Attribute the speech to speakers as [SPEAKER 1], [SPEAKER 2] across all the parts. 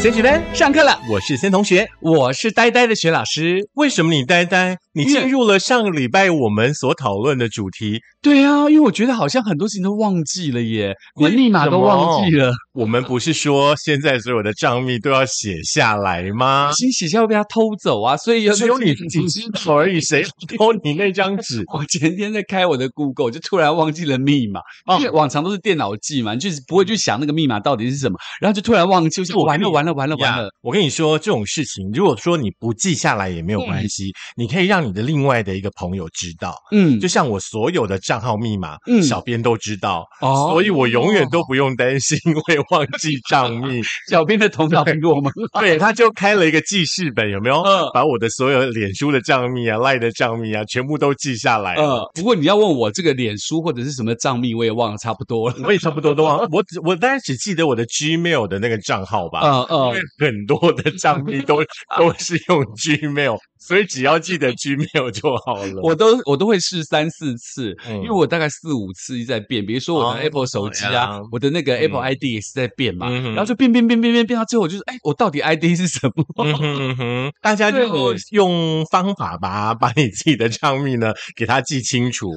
[SPEAKER 1] 先学班上课了，我是先同学。
[SPEAKER 2] 我是呆呆的学老师。
[SPEAKER 1] 为什么你呆呆？你
[SPEAKER 2] 因为
[SPEAKER 1] 进入了上个礼拜我们所讨论的主题，
[SPEAKER 2] 对啊，因为我觉得好像很多事情都忘记了耶，
[SPEAKER 1] 为
[SPEAKER 2] 我立马都忘记了。
[SPEAKER 1] 我们不是说现在所有的账密都要写下来吗？
[SPEAKER 2] 新写下会被他偷走啊，所以
[SPEAKER 1] 只有你自己知道而已，谁偷你那张纸？
[SPEAKER 2] 我前天在开我的 Google，就突然忘记了密码，
[SPEAKER 1] 哦
[SPEAKER 2] 因为往常都是电脑记嘛，你就是不会去想那个密码到底是什么，然后就突然忘记，我
[SPEAKER 1] 这
[SPEAKER 2] 就
[SPEAKER 1] 我
[SPEAKER 2] 完
[SPEAKER 1] 跟
[SPEAKER 2] 了
[SPEAKER 1] 你
[SPEAKER 2] 完了完了完
[SPEAKER 1] 呀
[SPEAKER 2] 了，
[SPEAKER 1] 我跟你说，这种事情，如果说你不记下来也没有关系，你可以让你的另外的一个朋友知道。
[SPEAKER 2] 嗯，
[SPEAKER 1] 就像我所有的账号密码，
[SPEAKER 2] 嗯
[SPEAKER 1] 小编都知道，
[SPEAKER 2] 哦
[SPEAKER 1] 所以我永远都不用担心 会忘记账密。
[SPEAKER 2] 小编的头脑比我们
[SPEAKER 1] 对，哦他就开了一个记事本，有没有？
[SPEAKER 2] 嗯
[SPEAKER 1] 把我的所有脸书的账密啊、赖的账密啊，全部都记下来。嗯，
[SPEAKER 2] 呃，不过你要问我这个脸书或者是什么账密，我也忘了差不多了。
[SPEAKER 1] 我也差不多都忘了，我只我当然只记得我的 Gmail 的那个账号吧。
[SPEAKER 2] 呃
[SPEAKER 1] 因
[SPEAKER 2] 呃
[SPEAKER 1] 为，很多的账密都
[SPEAKER 2] 嗯
[SPEAKER 1] 都是用 Gmail，所以只要记得 Gmail 就好了。
[SPEAKER 2] 我都我都会试三四次，
[SPEAKER 1] 嗯
[SPEAKER 2] 因为我大概四五次一直在变。比如说我
[SPEAKER 1] 哦
[SPEAKER 2] 的 Apple 手机
[SPEAKER 1] 对
[SPEAKER 2] 啊，
[SPEAKER 1] 啊
[SPEAKER 2] 我的那个 Apple
[SPEAKER 1] 嗯
[SPEAKER 2] ID 也是在变嘛，
[SPEAKER 1] 嗯哼
[SPEAKER 2] 然后就变变变变变变到最后就是，哎，我到底 ID 是什么？
[SPEAKER 1] 嗯 哼嗯哼，大家就
[SPEAKER 2] 对
[SPEAKER 1] 用方法吧，把你自己的账密呢给它记清楚，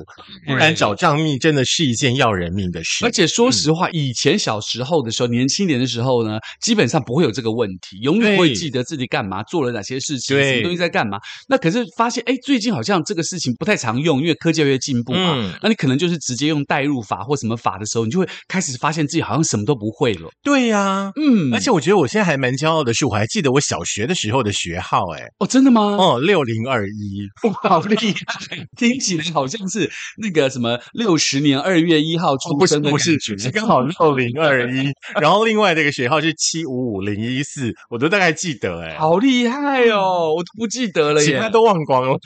[SPEAKER 1] 不然
[SPEAKER 2] 对
[SPEAKER 1] 找账密真的是一件要人命的事。
[SPEAKER 2] 而且说实话，以前小时候的时候，年轻一点的时候呢，基本上不会有这个问题，永远
[SPEAKER 1] 对
[SPEAKER 2] 会记得自己干嘛，做了哪些事情，什
[SPEAKER 1] 对
[SPEAKER 2] 么东西在干嘛。那可是发现，哎，最近好像这个事情不太常用，因为科技越来越进步嘛。
[SPEAKER 1] 嗯
[SPEAKER 2] 那你可能就是直接用代入法或什么法的时候，你就会开始发现自己好像什么都不会了。
[SPEAKER 1] 对呀、
[SPEAKER 2] 嗯，
[SPEAKER 1] 而且我觉得我现在还蛮骄傲的是，我还记得我小学的时候的学号、诶哎，
[SPEAKER 2] 哦，真的吗？
[SPEAKER 1] 哦，六零二一，
[SPEAKER 2] 好厉害！听起来好像是那个什么六十年二月一号出
[SPEAKER 1] 哦不是
[SPEAKER 2] 生的
[SPEAKER 1] 不是
[SPEAKER 2] 感觉，
[SPEAKER 1] 是 刚好六零二一，然后另外的一个学号是七五五零一四，我都大概记得、诶哎，
[SPEAKER 2] 好厉害哦！我都不记得了
[SPEAKER 1] 其
[SPEAKER 2] 耶
[SPEAKER 1] 他，都忘光了。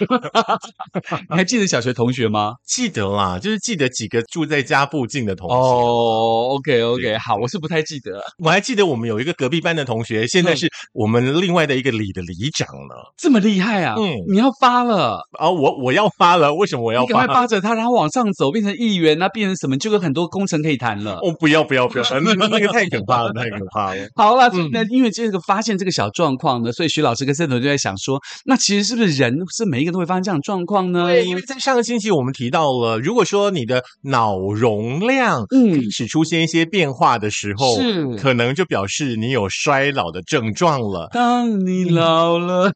[SPEAKER 2] 你还记得小学同学吗？
[SPEAKER 1] 记得啦，就是记得几个住在家附近的同学。
[SPEAKER 2] 哦，OK
[SPEAKER 1] 对
[SPEAKER 2] OK，好，我是不太记得了，
[SPEAKER 1] 我还记得我们有一个隔壁班的同学，
[SPEAKER 2] 嗯
[SPEAKER 1] 现在是我们另外的一个里的里长呢。
[SPEAKER 2] 这么厉害啊！
[SPEAKER 1] 嗯
[SPEAKER 2] 你要发了，
[SPEAKER 1] 啊，我我要发了，为什么我要
[SPEAKER 2] 你赶快
[SPEAKER 1] 发？
[SPEAKER 2] 扒着他，然后往上走，变成议员，那变成什么，就有很多工程可以谈了。
[SPEAKER 1] 哦，不要不要 不要，那那个太可怕了，太可怕了。
[SPEAKER 2] 好了
[SPEAKER 1] 嗯，
[SPEAKER 2] 那因为这个发现这个小状况呢，所以徐老师跟森总就在想说，那其实是不是人是每一个都会发生这样的状况呢？
[SPEAKER 1] 呃对，因为在上个星期我们提到了，如果说你的脑容量
[SPEAKER 2] 嗯
[SPEAKER 1] 开，始出现一些变化的时候，
[SPEAKER 2] 是。
[SPEAKER 1] 可能就表示你有衰老的症状了
[SPEAKER 2] 当你老了，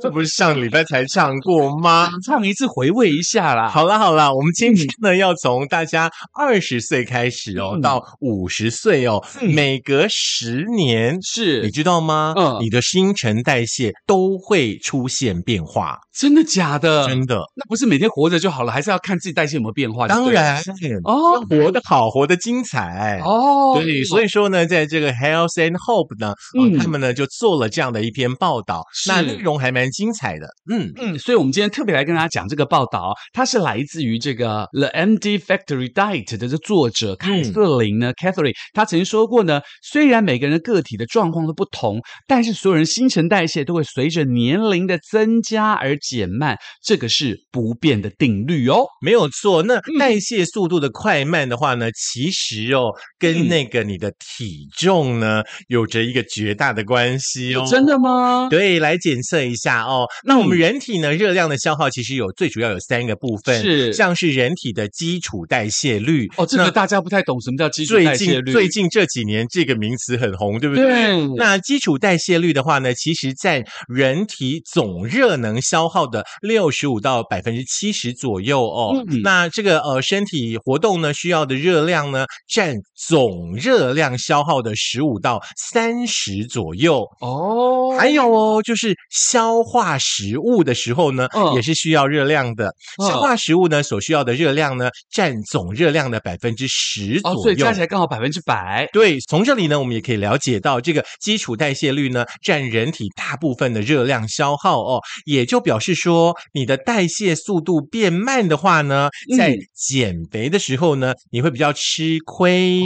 [SPEAKER 1] 这不是上礼拜才唱过吗？
[SPEAKER 2] 唱一次回味一下啦。
[SPEAKER 1] 好啦好啦，我们
[SPEAKER 2] 嗯
[SPEAKER 1] 今天呢、要从大家二十岁开始哦，
[SPEAKER 2] 嗯
[SPEAKER 1] 到五十岁哦，
[SPEAKER 2] 嗯
[SPEAKER 1] 每隔十年。你
[SPEAKER 2] 是
[SPEAKER 1] 知道吗？
[SPEAKER 2] 嗯
[SPEAKER 1] 你的新陈代谢都会出现变化，
[SPEAKER 2] 真的假的？
[SPEAKER 1] 真的。
[SPEAKER 2] 那不是每天活着就好了，还是要看自己代谢有没有变化啊就对了。
[SPEAKER 1] 当然，要
[SPEAKER 2] 哦
[SPEAKER 1] 活得好，活得精彩。
[SPEAKER 2] 哦，
[SPEAKER 1] 对，所以说呢，在这个 Health and Hope 呢，呃
[SPEAKER 2] 嗯
[SPEAKER 1] 他们呢就做了这样的一篇报道，
[SPEAKER 2] 是
[SPEAKER 1] 那内容还蛮精彩的。嗯，
[SPEAKER 2] 嗯，所以我们今天特别来跟大家讲这个报道，啊它是来自于这个《The MD Factory Diet》的这作
[SPEAKER 1] 嗯
[SPEAKER 2] 者凯瑟琳呢、c a t h e r i n e 她曾经说过呢，虽然每个人的个体的状况都不同，但是所有人新陈代谢都会随着年龄的增加而减慢，这个是不变的定律哦。
[SPEAKER 1] 没有错。那
[SPEAKER 2] 嗯
[SPEAKER 1] 代谢速度的快慢的话呢，其实哦，跟
[SPEAKER 2] 嗯
[SPEAKER 1] 那个你的体重呢有着一个绝大的关系哦。
[SPEAKER 2] 真的吗？
[SPEAKER 1] 对，来检测一下哦。那我
[SPEAKER 2] 嗯
[SPEAKER 1] 们人体呢，热量的消耗其实有最主要有三个部分，
[SPEAKER 2] 是
[SPEAKER 1] 像是人体的基础代谢率。
[SPEAKER 2] 哦，这
[SPEAKER 1] 那
[SPEAKER 2] 个大家不太懂什么叫基础
[SPEAKER 1] 最
[SPEAKER 2] 代谢
[SPEAKER 1] 近
[SPEAKER 2] 率。
[SPEAKER 1] 最近这几年这个名词很红，对不对？
[SPEAKER 2] 对
[SPEAKER 1] 那基础代谢率的话呢，其实占人体总热能消耗的六十五到百分之七十左右哦。
[SPEAKER 2] 嗯
[SPEAKER 1] 那这个呃身体活动呢需要的热量呢，占总热量消耗的十五到三十左右。
[SPEAKER 2] 哦，
[SPEAKER 1] 还有哦，就是消化食物的时候呢，
[SPEAKER 2] 嗯
[SPEAKER 1] 也是需要热量的。
[SPEAKER 2] 嗯
[SPEAKER 1] 消化食物呢，所需要的热量呢，占总热量的百分之十
[SPEAKER 2] 哦，
[SPEAKER 1] 左
[SPEAKER 2] 所以
[SPEAKER 1] 右。
[SPEAKER 2] 加起来刚好百分之百。
[SPEAKER 1] 对，从这里呢，我们也可以了解到，这个基础代谢率呢，占人体大部分的热量消耗哦，也就表示说，你的代谢速度变慢的话呢，在
[SPEAKER 2] 嗯哦
[SPEAKER 1] 减肥的时候呢，你会比较吃亏。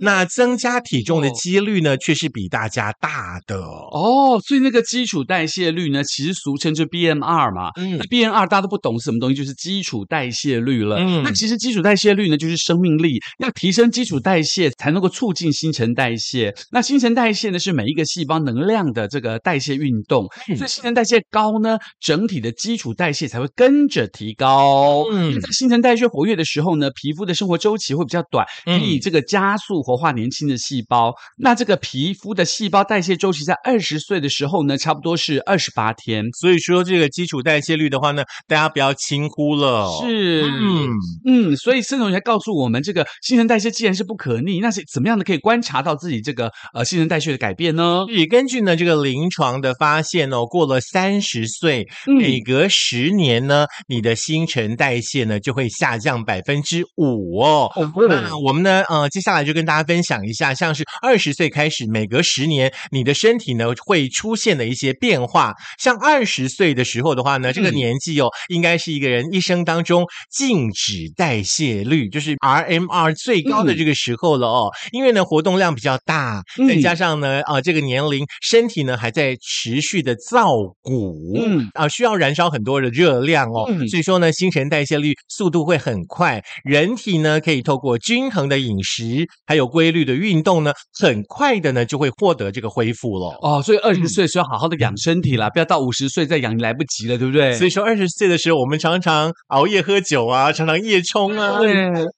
[SPEAKER 1] 那增加体重的几率呢，却是比大家大的哦。
[SPEAKER 2] 哦，所以那个基础代谢率呢，其实俗称就 BMR 嘛。
[SPEAKER 1] 嗯
[SPEAKER 2] 那 BMR 大家都不懂是什么东西，就是基础代谢率了。
[SPEAKER 1] 嗯
[SPEAKER 2] 那其实基础代谢率呢，就是生命力，要提升基础代谢，才能够促进新陈代谢。那新陈代谢呢，是每一个细胞能量的这个代谢运动，
[SPEAKER 1] 嗯
[SPEAKER 2] 所以新陈代谢高呢，整体的基础代谢才会跟着提高。
[SPEAKER 1] 嗯
[SPEAKER 2] 嗯，在新陈代谢活跃的时候呢，皮肤的生活周期会比较短，可
[SPEAKER 1] 嗯
[SPEAKER 2] 以这个加速活化年轻的细胞。那这个皮肤的细胞代谢周期在二十岁的时候呢，差不多是二十八天。
[SPEAKER 1] 所以说这个基础代谢率的话呢，大家不要轻忽了。，
[SPEAKER 2] 是，
[SPEAKER 1] 嗯，
[SPEAKER 2] 嗯，所以孙同学告诉我们，这个新陈代谢既然是不可逆，那是怎么样的可以观察到自己这个呃新陈代谢的改变呢？
[SPEAKER 1] 也根据呢这个临床的发现哦，过了三十岁，
[SPEAKER 2] 嗯
[SPEAKER 1] 每隔十年呢，你的新陈代谢呢就会下降百分之五哦。
[SPEAKER 2] 哦
[SPEAKER 1] 那我们呢？呃，接下来就跟大家分享一下，像是二十岁开始，每隔十年，你的身体呢会出现的一些变化。像二十岁的时候的话呢，这个
[SPEAKER 2] 嗯
[SPEAKER 1] 年纪哦，应该是一个人一生当中静止代谢率，就是 RMR 最高的
[SPEAKER 2] 嗯
[SPEAKER 1] 这个时候了哦。因为呢，活动量比较大，再
[SPEAKER 2] 嗯
[SPEAKER 1] 加上呢，啊、这个年龄，身体呢还在持续的造骨，
[SPEAKER 2] 嗯
[SPEAKER 1] 啊、需要燃烧很多的热量哦，
[SPEAKER 2] 嗯
[SPEAKER 1] 所以说呢，新陈代谢率速度会很快，人体呢可以透过均衡的饮食，还有规律的运动呢，很快的呢就会获得这个恢复了。
[SPEAKER 2] 哦，所以二
[SPEAKER 1] 嗯
[SPEAKER 2] 十岁是要好好的养身体啦，不要到五十岁再养来不及了，对不对？
[SPEAKER 1] 所以说，二十岁的时候，我们常常熬夜喝酒啊，常常夜冲啊，
[SPEAKER 2] 对，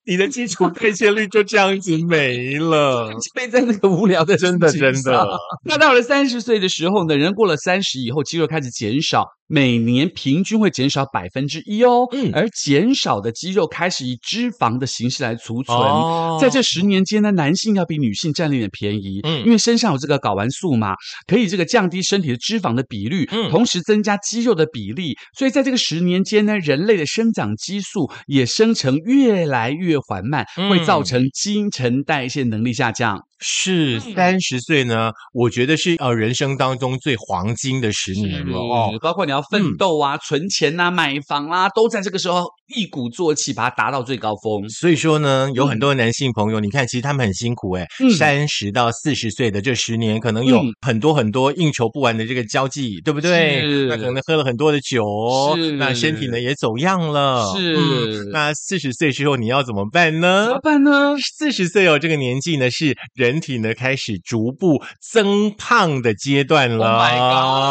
[SPEAKER 1] 你的基础代谢率就这样子 没了。
[SPEAKER 2] 被在那个无聊的
[SPEAKER 1] 真的，
[SPEAKER 2] 事情
[SPEAKER 1] 真
[SPEAKER 2] 上
[SPEAKER 1] 的，
[SPEAKER 2] 那到了三十岁的时候呢，人过了三十以后，肌肉开始减少，每年平均会减少百分之一哦。
[SPEAKER 1] 嗯
[SPEAKER 2] 而减少的肌肉开始以脂肪的形式来储存。
[SPEAKER 1] 哦
[SPEAKER 2] 在这十年间呢，男性要比女性占了一点便宜，
[SPEAKER 1] 嗯
[SPEAKER 2] 因为身上有这个睾丸素嘛，可以这个降低身体的脂肪的比率，
[SPEAKER 1] 嗯
[SPEAKER 2] 同时增加肌肉的比例，所以在这个十年间呢，人类的生长激素也生成越来越缓慢，
[SPEAKER 1] 嗯
[SPEAKER 2] 会造成新陈代谢能力下降。
[SPEAKER 1] 是
[SPEAKER 2] 嗯
[SPEAKER 1] 三十岁呢，我觉得是呃人生当中最黄金的十年了哦。
[SPEAKER 2] 包括你要奋斗啊、存钱啊、买房啊，都在这个时候一鼓作气，把它达到最高峰。
[SPEAKER 1] 所以说呢，有很多男性朋友，你看，其实他们很辛苦诶
[SPEAKER 2] 嗯
[SPEAKER 1] 三十到四十岁的这十年，可能有
[SPEAKER 2] 嗯
[SPEAKER 1] 很多很多应酬不完的这个交际，对不对？
[SPEAKER 2] 是
[SPEAKER 1] 那可能喝了很多的酒哦，
[SPEAKER 2] 是
[SPEAKER 1] 那身体呢也走样了。
[SPEAKER 2] 是
[SPEAKER 1] 嗯那四十岁之后你要怎么办
[SPEAKER 2] 怎
[SPEAKER 1] 呢
[SPEAKER 2] 么？办呢？
[SPEAKER 1] 四十岁哦，这个年纪呢是人体呢开始逐步增胖的阶段了。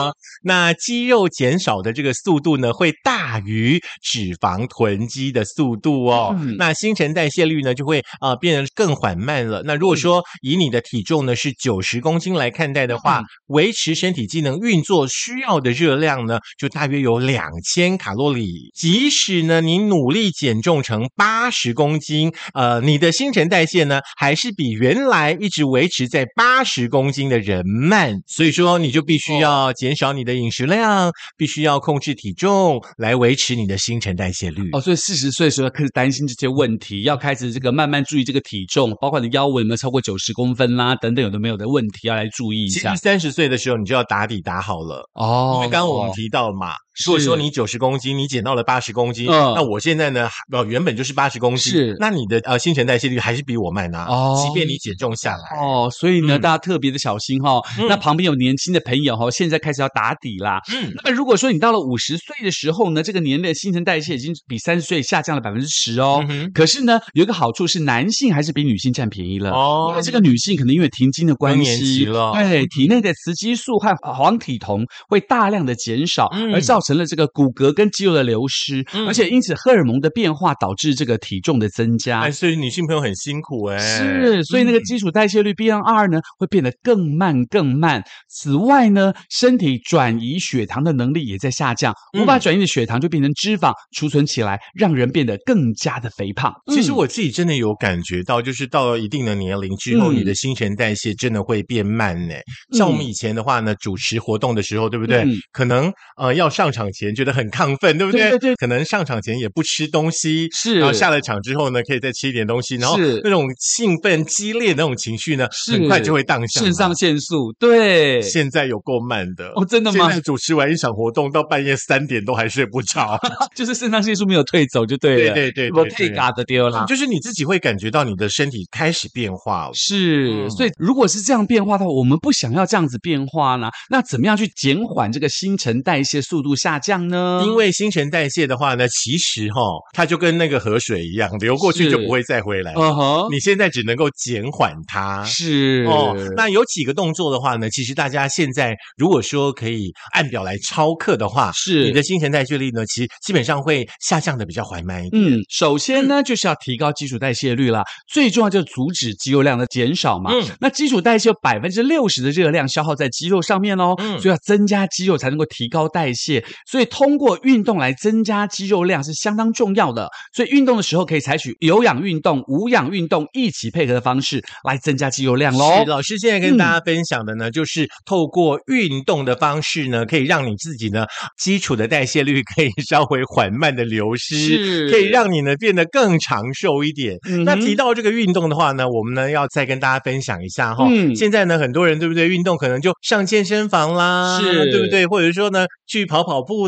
[SPEAKER 2] Oh my
[SPEAKER 1] 那肌肉减少的这个速度呢，会大于脂肪囤积的速度哦。
[SPEAKER 2] 嗯
[SPEAKER 1] 那新陈代谢率呢，就会啊、呃变得更缓慢了。那
[SPEAKER 2] 嗯
[SPEAKER 1] 如果说以你的体重呢是九十公斤来看待的话，
[SPEAKER 2] 嗯
[SPEAKER 1] 维持身体机能运作需要的热量呢，就大约有两千卡路里。即使呢你努力减重成八十公斤，呃，你的新陈代谢呢还是比原来一直维持在八十公斤的人慢。所以说，你就必须
[SPEAKER 2] 哦
[SPEAKER 1] 要减少你的饮食量，必须要控制体重来维持你的新陈代谢率。
[SPEAKER 2] 哦，所以四十岁的时候开始担心这些问题，要开始这个慢慢注意这个体重，包括你的腰围有没有超过九十公分啦，等等有的没有的问题要来注意一
[SPEAKER 1] 其
[SPEAKER 2] 下
[SPEAKER 1] 实。三十岁的时候，你就要打底打好了。因
[SPEAKER 2] 哦，
[SPEAKER 1] 为刚刚我
[SPEAKER 2] 哦
[SPEAKER 1] 们提到嘛，如果
[SPEAKER 2] 是
[SPEAKER 1] 说你九十公斤，你减到了八十公斤，
[SPEAKER 2] 嗯
[SPEAKER 1] 那我现在呢，呃，原本就是八十公斤，
[SPEAKER 2] 是
[SPEAKER 1] 那你的呃新陈代谢率还是比我慢啊，
[SPEAKER 2] 哦
[SPEAKER 1] 即便你减重下来，
[SPEAKER 2] 哦，所以呢，
[SPEAKER 1] 嗯
[SPEAKER 2] 大家特别的小心哈、
[SPEAKER 1] 嗯
[SPEAKER 2] 那旁边有年轻的朋友哈、现在开始要打底啦。
[SPEAKER 1] 嗯
[SPEAKER 2] 那么如果说你到了五十岁的时候呢，这个年龄的新陈代谢已经比三十岁下降了百分之十哦。
[SPEAKER 1] 嗯哼
[SPEAKER 2] 可是呢，有一个好处是，男性还是比女性占便宜了。
[SPEAKER 1] 哦
[SPEAKER 2] 因为这个女性可能因为停经的关
[SPEAKER 1] 更年期
[SPEAKER 2] 系，
[SPEAKER 1] 了
[SPEAKER 2] 对体内的雌激素和黄体酮会大量的减少，
[SPEAKER 1] 嗯
[SPEAKER 2] 而造成了这个骨骼跟肌肉的流失，
[SPEAKER 1] 嗯
[SPEAKER 2] 而且因此荷尔蒙的变化导致这个体重的增加。
[SPEAKER 1] 哎，所以女性朋友很辛苦哎、
[SPEAKER 2] 是，所以那个基础代谢率 B N 二呢会变得更慢更慢。此外呢，身体转移血糖的能力也在下降，无法
[SPEAKER 1] 嗯
[SPEAKER 2] 转移的血糖就变成脂肪储存起来，让人变得更加的肥胖。
[SPEAKER 1] 其实
[SPEAKER 2] 嗯
[SPEAKER 1] 我自己真的有感觉到，就是到了一定的年龄之后，
[SPEAKER 2] 嗯
[SPEAKER 1] 你的新陈代谢真的会变慢呢、像我们
[SPEAKER 2] 嗯
[SPEAKER 1] 以前的话呢，主持活动的时候，对不对？
[SPEAKER 2] 嗯
[SPEAKER 1] 可能呃要上场前觉得很亢奋，对不对？
[SPEAKER 2] 对对对
[SPEAKER 1] 可能上场前也不吃东西，
[SPEAKER 2] 是
[SPEAKER 1] 然后下了场之后呢，可以再吃一点东西，然后
[SPEAKER 2] 是
[SPEAKER 1] 那种兴奋激烈的那种情情绪呢，
[SPEAKER 2] 是
[SPEAKER 1] 很快就会荡下来
[SPEAKER 2] 肾上腺素，对，
[SPEAKER 1] 现在有够慢的
[SPEAKER 2] 哦真的吗
[SPEAKER 1] 现在主持完一场活动到半夜三点都还睡不着，
[SPEAKER 2] 就是肾上腺素没有退走就对了，
[SPEAKER 1] 对对对对
[SPEAKER 2] 我
[SPEAKER 1] 对
[SPEAKER 2] 退嘎的丢啦。
[SPEAKER 1] 就是你自己会感觉到你的身体开始变化了。
[SPEAKER 2] 是，
[SPEAKER 1] 嗯
[SPEAKER 2] 所以如果是这样变化的话，我们不想要这样子变化呢，那怎么样去减缓这个新陈代谢速度下降呢？
[SPEAKER 1] 因为新陈代谢的话呢，其实哈、它就跟那个河水一样，流过去
[SPEAKER 2] 是
[SPEAKER 1] 就不会再回来。
[SPEAKER 2] 嗯哼，
[SPEAKER 1] 你现在只能够减缓它。
[SPEAKER 2] 是
[SPEAKER 1] 哦，那有几个动作的话呢？其实大家现在如果说可以按表来操课的话，
[SPEAKER 2] 是
[SPEAKER 1] 你的新陈代谢率呢，其实基本上会下降的比较缓慢一点。
[SPEAKER 2] 嗯，首先呢，就是要提高基础代谢率啦，最重要就是阻止肌肉量的减少嘛。
[SPEAKER 1] 嗯
[SPEAKER 2] 那基础代谢有百分之六十的热量消耗在肌肉上面哦，
[SPEAKER 1] 嗯
[SPEAKER 2] 所以要增加肌肉才能够提高代谢。所以通过运动来增加肌肉量是相当重要的。所以运动的时候可以采取有氧运动、无氧运动一起配合的方式来增加肌肉量喽
[SPEAKER 1] 是。老师现在跟
[SPEAKER 2] 嗯
[SPEAKER 1] 大家分享的呢，就是透过运动的方式呢，可以让你自己呢基础的代谢率可以稍微缓慢的流失，
[SPEAKER 2] 是
[SPEAKER 1] 可以让你呢变得更长寿一点。
[SPEAKER 2] 嗯哼
[SPEAKER 1] 那提到这个运动的话呢，我们呢要再跟大家分享一下哈、
[SPEAKER 2] 嗯
[SPEAKER 1] 现在呢，很多人对不对？运动可能就上健身房啦，
[SPEAKER 2] 是
[SPEAKER 1] 对不对？或者说呢，去跑跑步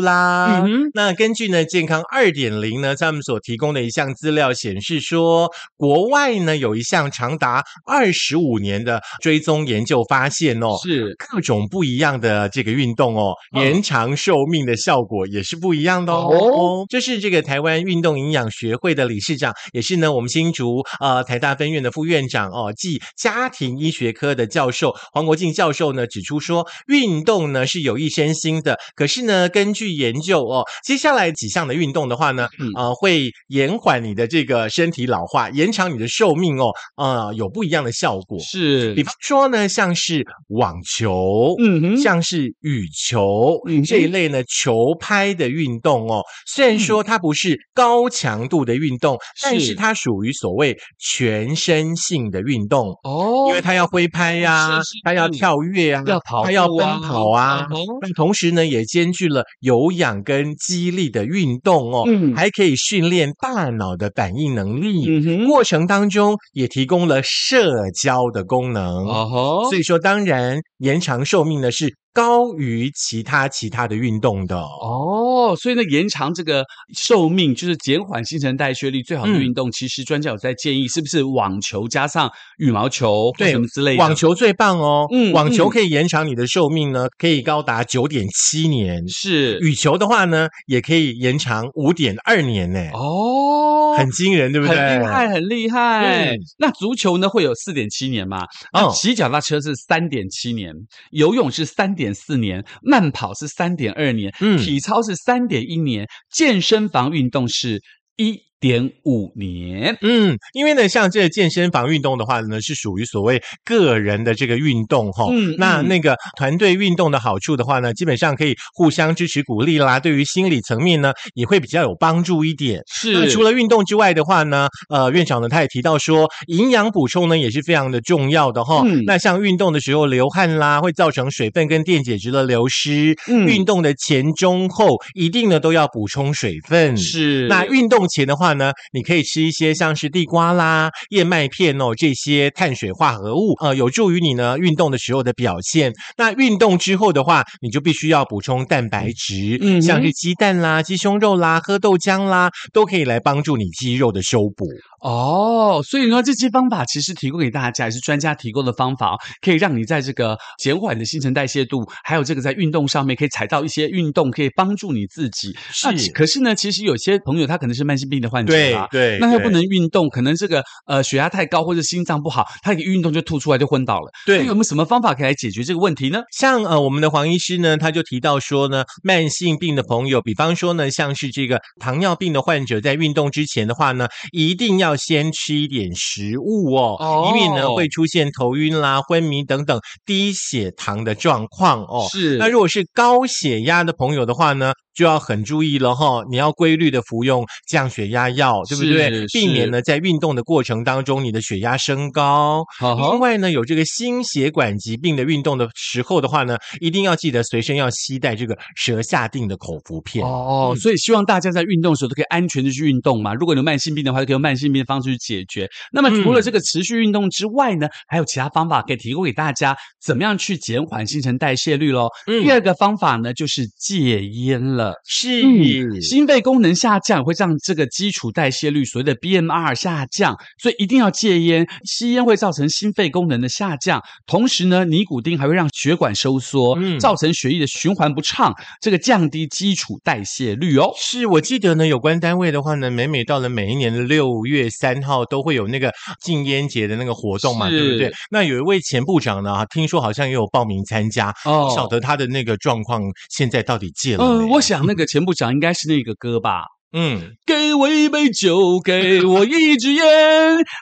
[SPEAKER 2] 嗯
[SPEAKER 1] 啦。
[SPEAKER 2] 哼
[SPEAKER 1] 那根据呢健康二点零呢，他们所提供的一项资料显示说，国外呢有一项长达二十五年的追踪研究发现哦。
[SPEAKER 2] 是
[SPEAKER 1] 各种不一样的这个运动哦，
[SPEAKER 2] 嗯
[SPEAKER 1] 延长寿命的效果也是不一样的哦。
[SPEAKER 2] 哦
[SPEAKER 1] 这是这个台湾运动营养学会的理事长，也是呢我们新竹呃台大分院的副院长哦，暨家庭医学科的教授黄国进教授呢指出说，运动呢是有益身心的，可是呢根据研究哦，接下来几项的运动的话呢，
[SPEAKER 2] 嗯
[SPEAKER 1] 呃会延缓你的这个身体老化，延长你的寿命哦，呃有不一样的效果。
[SPEAKER 2] 是
[SPEAKER 1] 比，方说呢，像是网球，
[SPEAKER 2] 嗯哼
[SPEAKER 1] 像是羽球、
[SPEAKER 2] 嗯哼
[SPEAKER 1] 这一类呢球拍的运动哦，虽然说它不是高强度的运动，但是
[SPEAKER 2] 嗯是
[SPEAKER 1] 它属于所谓全身性的运动。
[SPEAKER 2] 哦
[SPEAKER 1] 因为它要挥拍呀、
[SPEAKER 2] 是是
[SPEAKER 1] 它要
[SPEAKER 2] 嗯
[SPEAKER 1] 跳跃啊，
[SPEAKER 2] 要跑步啊，
[SPEAKER 1] 它要奔跑啊，
[SPEAKER 2] 嗯哼
[SPEAKER 1] 那同时呢，也兼具了有氧跟肌力的运动哦，
[SPEAKER 2] 嗯
[SPEAKER 1] 还可以训练大脑的反应能力。
[SPEAKER 2] 嗯哼，
[SPEAKER 1] 过程当中也提供了社交的功能，
[SPEAKER 2] 哦吼
[SPEAKER 1] 所以说当然延长寿命呢是高于其他其他的运动的哦。
[SPEAKER 2] 哦，所以呢，延长这个寿命就是减缓新陈代谢率最好的
[SPEAKER 1] 嗯
[SPEAKER 2] 运动。其实专家有在建议，是不是网球加上羽毛球或
[SPEAKER 1] 对
[SPEAKER 2] 什么之类的？
[SPEAKER 1] 网球最棒哦，
[SPEAKER 2] 嗯
[SPEAKER 1] 网球
[SPEAKER 2] 嗯
[SPEAKER 1] 可以延长你的寿命呢，可以高达九点七年。
[SPEAKER 2] 是
[SPEAKER 1] 羽球的话呢，也可以延长五点二年呢，
[SPEAKER 2] 哦，
[SPEAKER 1] 很惊人，对不
[SPEAKER 2] 很
[SPEAKER 1] 对？
[SPEAKER 2] 厉害，很厉害。
[SPEAKER 1] 嗯
[SPEAKER 2] 那足球呢会有四点七年嘛？那
[SPEAKER 1] 嗯
[SPEAKER 2] 骑脚踏车是三点七年，游泳是三点四年，慢跑是三点二年，
[SPEAKER 1] 嗯
[SPEAKER 2] 体操是三点一年，健身房运动是一点五年。
[SPEAKER 1] 嗯，因为呢，像这个健身房运动的话呢，是属于所谓个人的这个运动哈、
[SPEAKER 2] 嗯
[SPEAKER 1] 哦那
[SPEAKER 2] 嗯
[SPEAKER 1] 那个团队运动的好处的话呢，基本上可以互相支持鼓励啦，对于心理层面呢，也会比较有帮助一点。那
[SPEAKER 2] 是，
[SPEAKER 1] 除了运动之外的话呢，呃，院长呢他也提到说，营养补充呢也是非常的重要的哈、
[SPEAKER 2] 嗯
[SPEAKER 1] 那像运动的时候流汗啦，会造成水分跟电解质的流失。
[SPEAKER 2] 嗯
[SPEAKER 1] 运动的前、中、后，一定呢都要补充水分。。
[SPEAKER 2] 是
[SPEAKER 1] 嗯那运动前的话呢，你可以吃一些像是地瓜啦、燕麦片哦这些碳水化合物，呃，有助于你呢运动的时候的表现。那运动之后的话，你就必须要补充蛋白质，
[SPEAKER 2] 嗯哼
[SPEAKER 1] 像是鸡蛋啦、鸡胸肉啦、喝豆浆啦，都可以来帮助你肌肉的修补。
[SPEAKER 2] 哦，所以呢，这些方法其实提供给大家，也是专家提供的方法哦，可以让你在这个减缓的新陈代谢度，还有这个在运动上面可以踩到一些运动，可以帮助你自己。那
[SPEAKER 1] 是
[SPEAKER 2] 可是呢，其实有些朋友他可能是慢性病的患者啊。
[SPEAKER 1] 啊对
[SPEAKER 2] 那他不能运动，可能这个呃血压太高或者心脏不好，他一运动就吐出来就昏倒了。
[SPEAKER 1] 对
[SPEAKER 2] 那有没有什么方法可以来解决这个问题呢？
[SPEAKER 1] 像呃，我们的黄医师呢，他就提到说呢，慢性病的朋友，比方说呢，像是这个糖尿病的患者，在运动之前的话呢，一定要先吃一点食物哦，
[SPEAKER 2] 哦
[SPEAKER 1] 以免呢会出现头晕啦、昏迷等等低血糖的状况哦。
[SPEAKER 2] 是
[SPEAKER 1] 那如果是高血压的朋友的话呢，就要很注意了哈，你要规律的服用降血压药，对不对？
[SPEAKER 2] 是
[SPEAKER 1] 避免
[SPEAKER 2] 是
[SPEAKER 1] 呢在运动的过程当中你的血压升高。
[SPEAKER 2] 好
[SPEAKER 1] 另外呢，有这个心血管疾病的运动的时候的话呢，一定要记得随身要携带这个舌下定的口服片。嗯
[SPEAKER 2] 哦，所以希望大家在运动的时候都可以安全的去运动嘛。如果有慢性病的话，就可以用慢性病的方式去解决。那
[SPEAKER 1] 嗯
[SPEAKER 2] 么除了这个持续运动之外呢，还有其他方法可以提供给大家，怎么样去减缓新陈代谢率喽？
[SPEAKER 1] 嗯
[SPEAKER 2] 第二个方法呢，就是戒烟了。
[SPEAKER 1] 是
[SPEAKER 2] 嗯，心肺功能下降会让这个基础代谢率所谓的 BMR 下降，所以一定要戒烟。吸烟会造成心肺功能的下降，同时呢，尼古丁还会让血管收缩，
[SPEAKER 1] 嗯
[SPEAKER 2] 造成血液的循环不畅，这个降低基础代谢率哦。
[SPEAKER 1] 是我记得呢，有关单位的话呢，每每到了每一年的六月三号，都会有那个禁烟节的那个活动嘛，
[SPEAKER 2] 是
[SPEAKER 1] 对不对？那有一位前部长呢，听说好像也有报名参加，
[SPEAKER 2] 哦
[SPEAKER 1] 不晓得他的那个状况现在到底戒了没？
[SPEAKER 2] 嗯，我想那个前部长应该是那个歌吧。
[SPEAKER 1] 嗯，
[SPEAKER 2] 给我一杯酒，给我一支烟，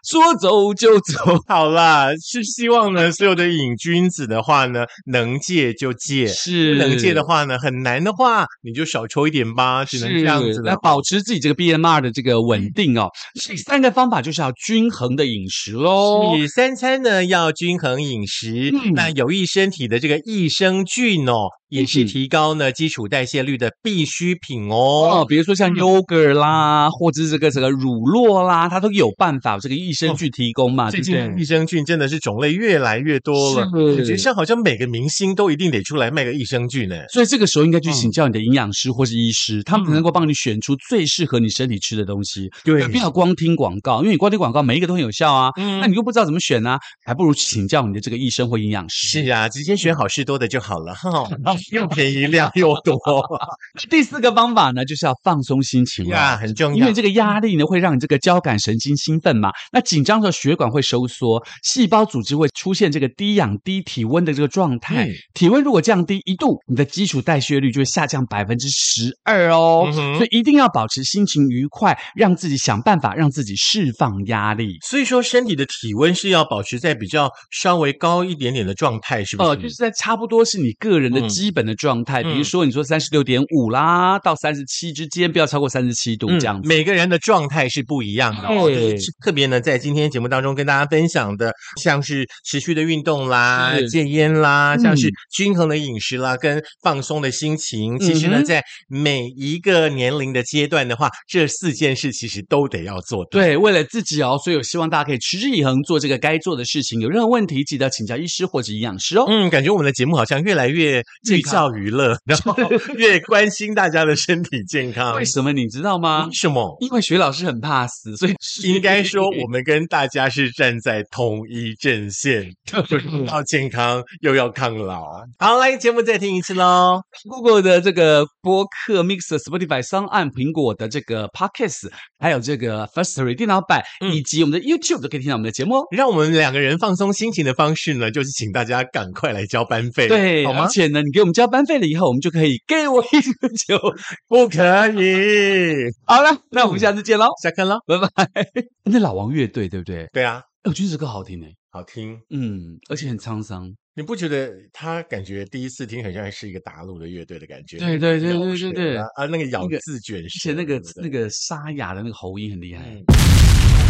[SPEAKER 2] 说走就走。
[SPEAKER 1] 好啦，是希望呢，所有的瘾君子的话呢，能戒就戒。不
[SPEAKER 2] 是
[SPEAKER 1] 能戒的话呢，很难的话，你就少抽一点吧，只能这样
[SPEAKER 2] 是
[SPEAKER 1] 子嗯
[SPEAKER 2] 那
[SPEAKER 1] 了。
[SPEAKER 2] 保持自己这个 BMR 的这个稳定哦。第三个方法就是要均衡的饮食喽。
[SPEAKER 1] 是三餐呢要均衡饮食，
[SPEAKER 2] 哦嗯
[SPEAKER 1] 那有益身体的这个益生菌哦，也是
[SPEAKER 2] 嗯
[SPEAKER 1] 提高呢基础代谢率的必需品
[SPEAKER 2] 哦，
[SPEAKER 1] 哦。
[SPEAKER 2] 比如说像 yogurt 啦，或者是这个这个乳酪啦，它都有办法这个益生菌提供嘛，对
[SPEAKER 1] 哦最
[SPEAKER 2] 不
[SPEAKER 1] 近益
[SPEAKER 2] 哦对？
[SPEAKER 1] 生菌真的是种类越来越多了，
[SPEAKER 2] 是
[SPEAKER 1] 感觉上好像每个明星都一定得出来卖个益生菌呢。
[SPEAKER 2] 所以这个时候应该去
[SPEAKER 1] 嗯
[SPEAKER 2] 请教你的营养师或是医师，他们
[SPEAKER 1] 嗯
[SPEAKER 2] 能够帮你选出最适合你身体吃的东西。
[SPEAKER 1] 对
[SPEAKER 2] 而不要光听广告，因为你光听广告每一个都很有效啊，
[SPEAKER 1] 嗯
[SPEAKER 2] 那你又不知道怎么选呢、还不如请教你的这个医生或营养师。
[SPEAKER 1] 是啊，直接选好事多的就好了哈、 又便宜量又多
[SPEAKER 2] 第四个方法呢，就是要放松心情了。
[SPEAKER 1] 呀，很重
[SPEAKER 2] 因
[SPEAKER 1] 要
[SPEAKER 2] 为。这个压力呢，会让你这个交感神经兴奋嘛，那紧张的时候血管会收缩，细胞组织会出现这个低氧低体温的这个状态。
[SPEAKER 1] 嗯
[SPEAKER 2] 体温如果降低一度，你的基础代谢率就会下降百分之十二哦。
[SPEAKER 1] 嗯哼
[SPEAKER 2] 所以一定要保持心情愉快，让自己想办法让自己释放压力。
[SPEAKER 1] 所以说，身体的体温是要保持在比较稍微高一点点的状态，是不是？
[SPEAKER 2] 呃，就是在差不多是你个人的
[SPEAKER 1] 嗯
[SPEAKER 2] 基本的状态，比
[SPEAKER 1] 嗯
[SPEAKER 2] 如说你说三十六点五啦，到三十七之间，不要超过三十七度
[SPEAKER 1] 嗯
[SPEAKER 2] 这样子。
[SPEAKER 1] 每个人的状态是不一样的、哦。
[SPEAKER 2] 对
[SPEAKER 1] 就是特别呢，在今天节目当中跟大家分享的，像是持续的运动啦、
[SPEAKER 2] 是
[SPEAKER 1] 戒烟啦，
[SPEAKER 2] 嗯
[SPEAKER 1] 像是均衡的饮食啦，跟放松的心情。其实
[SPEAKER 2] 嗯
[SPEAKER 1] 呢，
[SPEAKER 2] 哼
[SPEAKER 1] 在每一个年龄的阶段的话，这四件事其实都得要做到。
[SPEAKER 2] 对，为了自己哦，所以我希望大家可以持之以恒做这个该做的事情。有任何问题，记得请教医师或者营养师哦。
[SPEAKER 1] 嗯，感觉我们的节目好像越来越
[SPEAKER 2] 健
[SPEAKER 1] 寓
[SPEAKER 2] 康
[SPEAKER 1] 教于乐，然后越关心大家的身体健康。
[SPEAKER 2] 为什么你知道吗
[SPEAKER 1] 为？什么？
[SPEAKER 2] 因为徐老师很怕死，所以
[SPEAKER 1] 嗯应该说，我们跟大家是站在同一阵线，要健康又要抗老。啊好，来节目再听一次喽。
[SPEAKER 2] Google 的这个播客 Mixer、Spotify、s o n 苹果的这个 Podcast，还有这个 Firstory 电脑版，
[SPEAKER 1] 嗯
[SPEAKER 2] 以及我们的 YouTube 都可以听到我们的节目哦。
[SPEAKER 1] 让我们两个人放松心情的方式呢，就是请大家赶快来交班费，
[SPEAKER 2] 对，
[SPEAKER 1] 好吗
[SPEAKER 2] 而？且呢，你给我们交班费了以后，我们就可以给我一个酒。
[SPEAKER 1] 不可 以，
[SPEAKER 2] 好了，那我们下次见喽，
[SPEAKER 1] 下课喽。
[SPEAKER 2] 拜拜。
[SPEAKER 1] 嗯
[SPEAKER 2] 那老王乐队对不对？哎
[SPEAKER 1] 对啊，
[SPEAKER 2] 我觉得这歌好听诶、
[SPEAKER 1] 好听。
[SPEAKER 2] 嗯，而且很沧桑。
[SPEAKER 1] 你不觉得他感觉第一次听很像是一个打鲁的乐队的感觉？
[SPEAKER 2] 对对对
[SPEAKER 1] 咬
[SPEAKER 2] 对
[SPEAKER 1] 舌
[SPEAKER 2] 对对
[SPEAKER 1] 啊，啊那个咬
[SPEAKER 2] 那个
[SPEAKER 1] 字卷
[SPEAKER 2] 之
[SPEAKER 1] 舌
[SPEAKER 2] 前那
[SPEAKER 1] 对不对，
[SPEAKER 2] 个那个沙哑的那个喉音很厉害。哎
[SPEAKER 1] 嗯